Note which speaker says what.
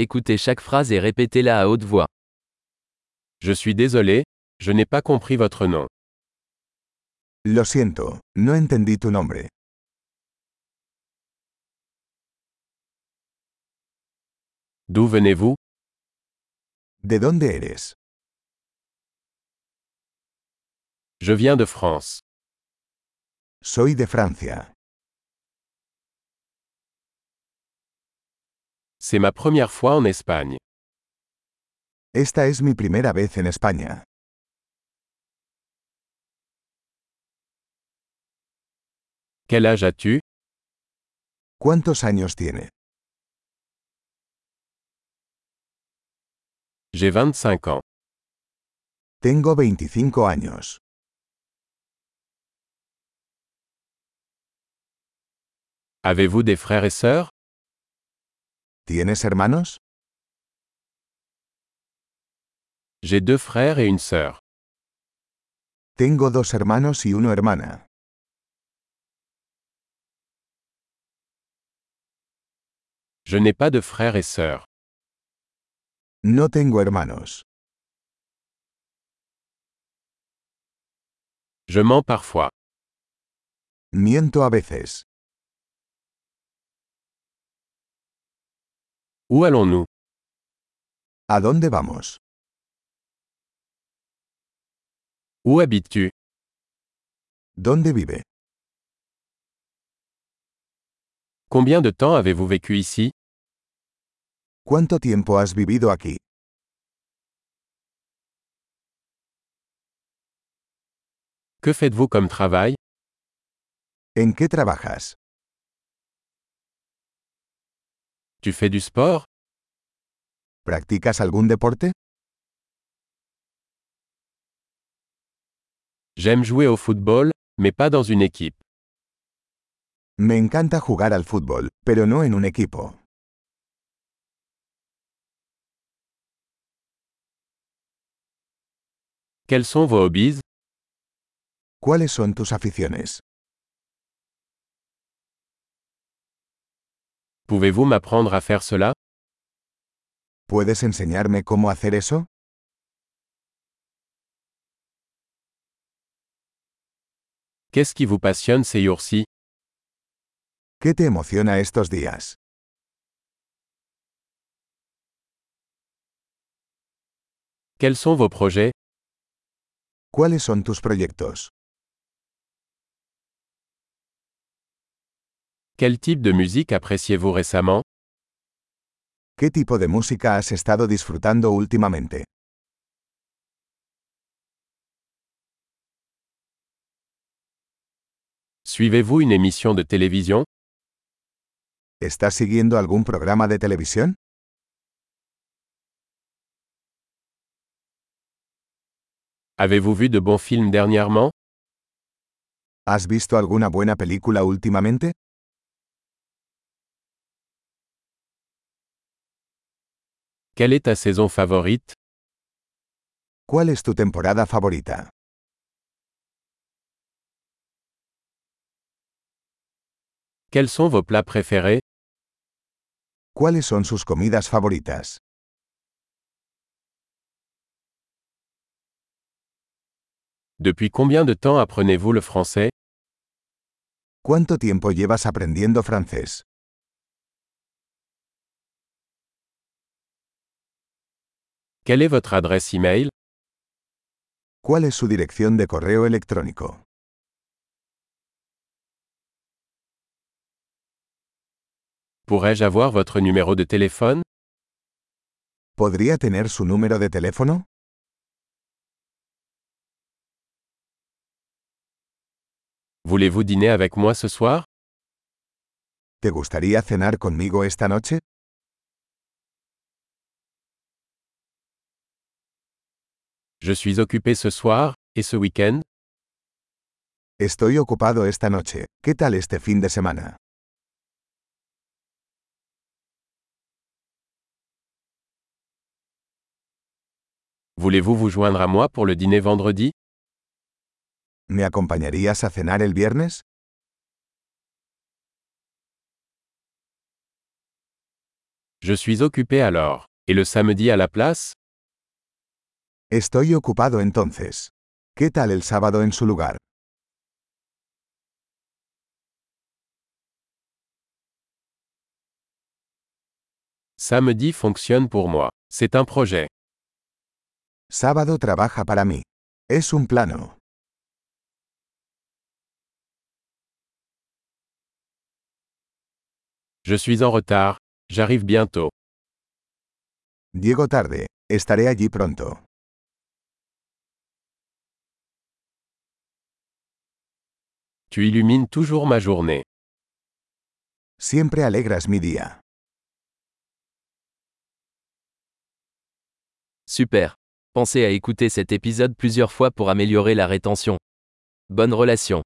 Speaker 1: Écoutez chaque phrase et répétez-la à haute voix.
Speaker 2: Je suis désolé, je n'ai pas compris votre nom.
Speaker 3: Lo siento, no entendí tu nombre.
Speaker 2: D'où venez-vous
Speaker 3: ¿De dónde eres?
Speaker 2: Je viens de France.
Speaker 3: Soy de Francia.
Speaker 2: C'est ma première fois en Espagne.
Speaker 3: Esta es mi primera vez en España.
Speaker 2: Quel âge as-tu
Speaker 3: ¿Cuántos años tiene?
Speaker 2: J'ai 25 ans.
Speaker 3: Tengo 25 años.
Speaker 2: Avez-vous des frères et sœurs
Speaker 3: ¿Tienes hermanos?
Speaker 2: J'ai deux frères et une sœur.
Speaker 3: Tengo dos hermanos y una hermana.
Speaker 2: Je n'ai pas de frères et sœurs.
Speaker 3: No tengo hermanos.
Speaker 2: Je mens parfois.
Speaker 3: Miento a veces.
Speaker 2: Où allons-nous
Speaker 3: ¿A dónde vamos?
Speaker 2: Où habites-tu
Speaker 3: ¿Dónde vive?
Speaker 2: Combien de temps avez-vous vécu ici
Speaker 3: ¿Cuánto tiempo has vivido aquí?
Speaker 2: Que faites-vous comme travail
Speaker 3: ¿En qué trabajas?
Speaker 2: Tu fais du sport
Speaker 3: ¿Practicas algún deporte?
Speaker 2: J'aime jouer au football, mais pas dans une équipe.
Speaker 3: Me encanta jugar al fútbol, pero no en un equipo.
Speaker 2: Quels sont vos hobbies
Speaker 3: ¿Cuáles son tus aficiones?
Speaker 2: Pouvez-vous m'apprendre à faire cela
Speaker 3: ¿Puedes enseñarme cómo hacer eso?
Speaker 2: Qu'est-ce qui vous passionne ces jours-ci
Speaker 3: ¿Qué te emociona estos días?
Speaker 2: Quels sont vos projets
Speaker 3: ¿Cuáles son tus proyectos?
Speaker 2: Quel type de musique appréciez-vous récemment
Speaker 3: ¿Qué tipo de música has estado disfrutando últimamente?
Speaker 2: Suivez-vous une émission de télévision
Speaker 3: ¿Estás siguiendo algún programa de televisión?
Speaker 2: Avez-vous vu de bons films dernièrement
Speaker 3: ¿Has visto alguna buena película últimamente?
Speaker 2: Quelle est ta saison favorite
Speaker 3: ¿Cuál es tu temporada favorita?
Speaker 2: Quels sont vos plats préférés
Speaker 3: ¿Cuáles son sus comidas favoritas?
Speaker 2: Depuis combien de temps apprenez-vous le français
Speaker 3: ¿Cuánto tiempo llevas aprendiendo francés?
Speaker 2: Quelle est votre adresse e-mail
Speaker 3: ¿Cuál es su dirección de correo electrónico?
Speaker 2: Pourrais-je avoir votre numéro de téléphone
Speaker 3: ¿Podría tener su número de teléfono?
Speaker 2: Voulez-vous dîner avec moi ce soir
Speaker 3: ¿Te gustaría cenar conmigo esta noche?
Speaker 2: Je suis occupé ce soir, et ce week-end
Speaker 3: Estoy ocupado esta noche. ¿Qué tal este fin de semana?
Speaker 2: Voulez-vous vous joindre à moi pour le dîner vendredi
Speaker 3: ¿Me acompañarías a cenar el viernes?
Speaker 2: Je Je suis occupé alors. Et le samedi à la place
Speaker 3: Estoy ocupado entonces. ¿Qué tal el sábado en su lugar?
Speaker 2: Samedi fonctionne pour moi. C'est un projet.
Speaker 3: Sábado trabaja para mí. Es un plano.
Speaker 2: Je suis en retard. J'arrive bientôt.
Speaker 3: Llego tarde. Estaré allí pronto.
Speaker 2: Tu illumines toujours ma journée.
Speaker 3: Siempre alegras mi día.
Speaker 1: Super. Pensez à écouter cet épisode plusieurs fois pour améliorer la rétention. Bonne relation.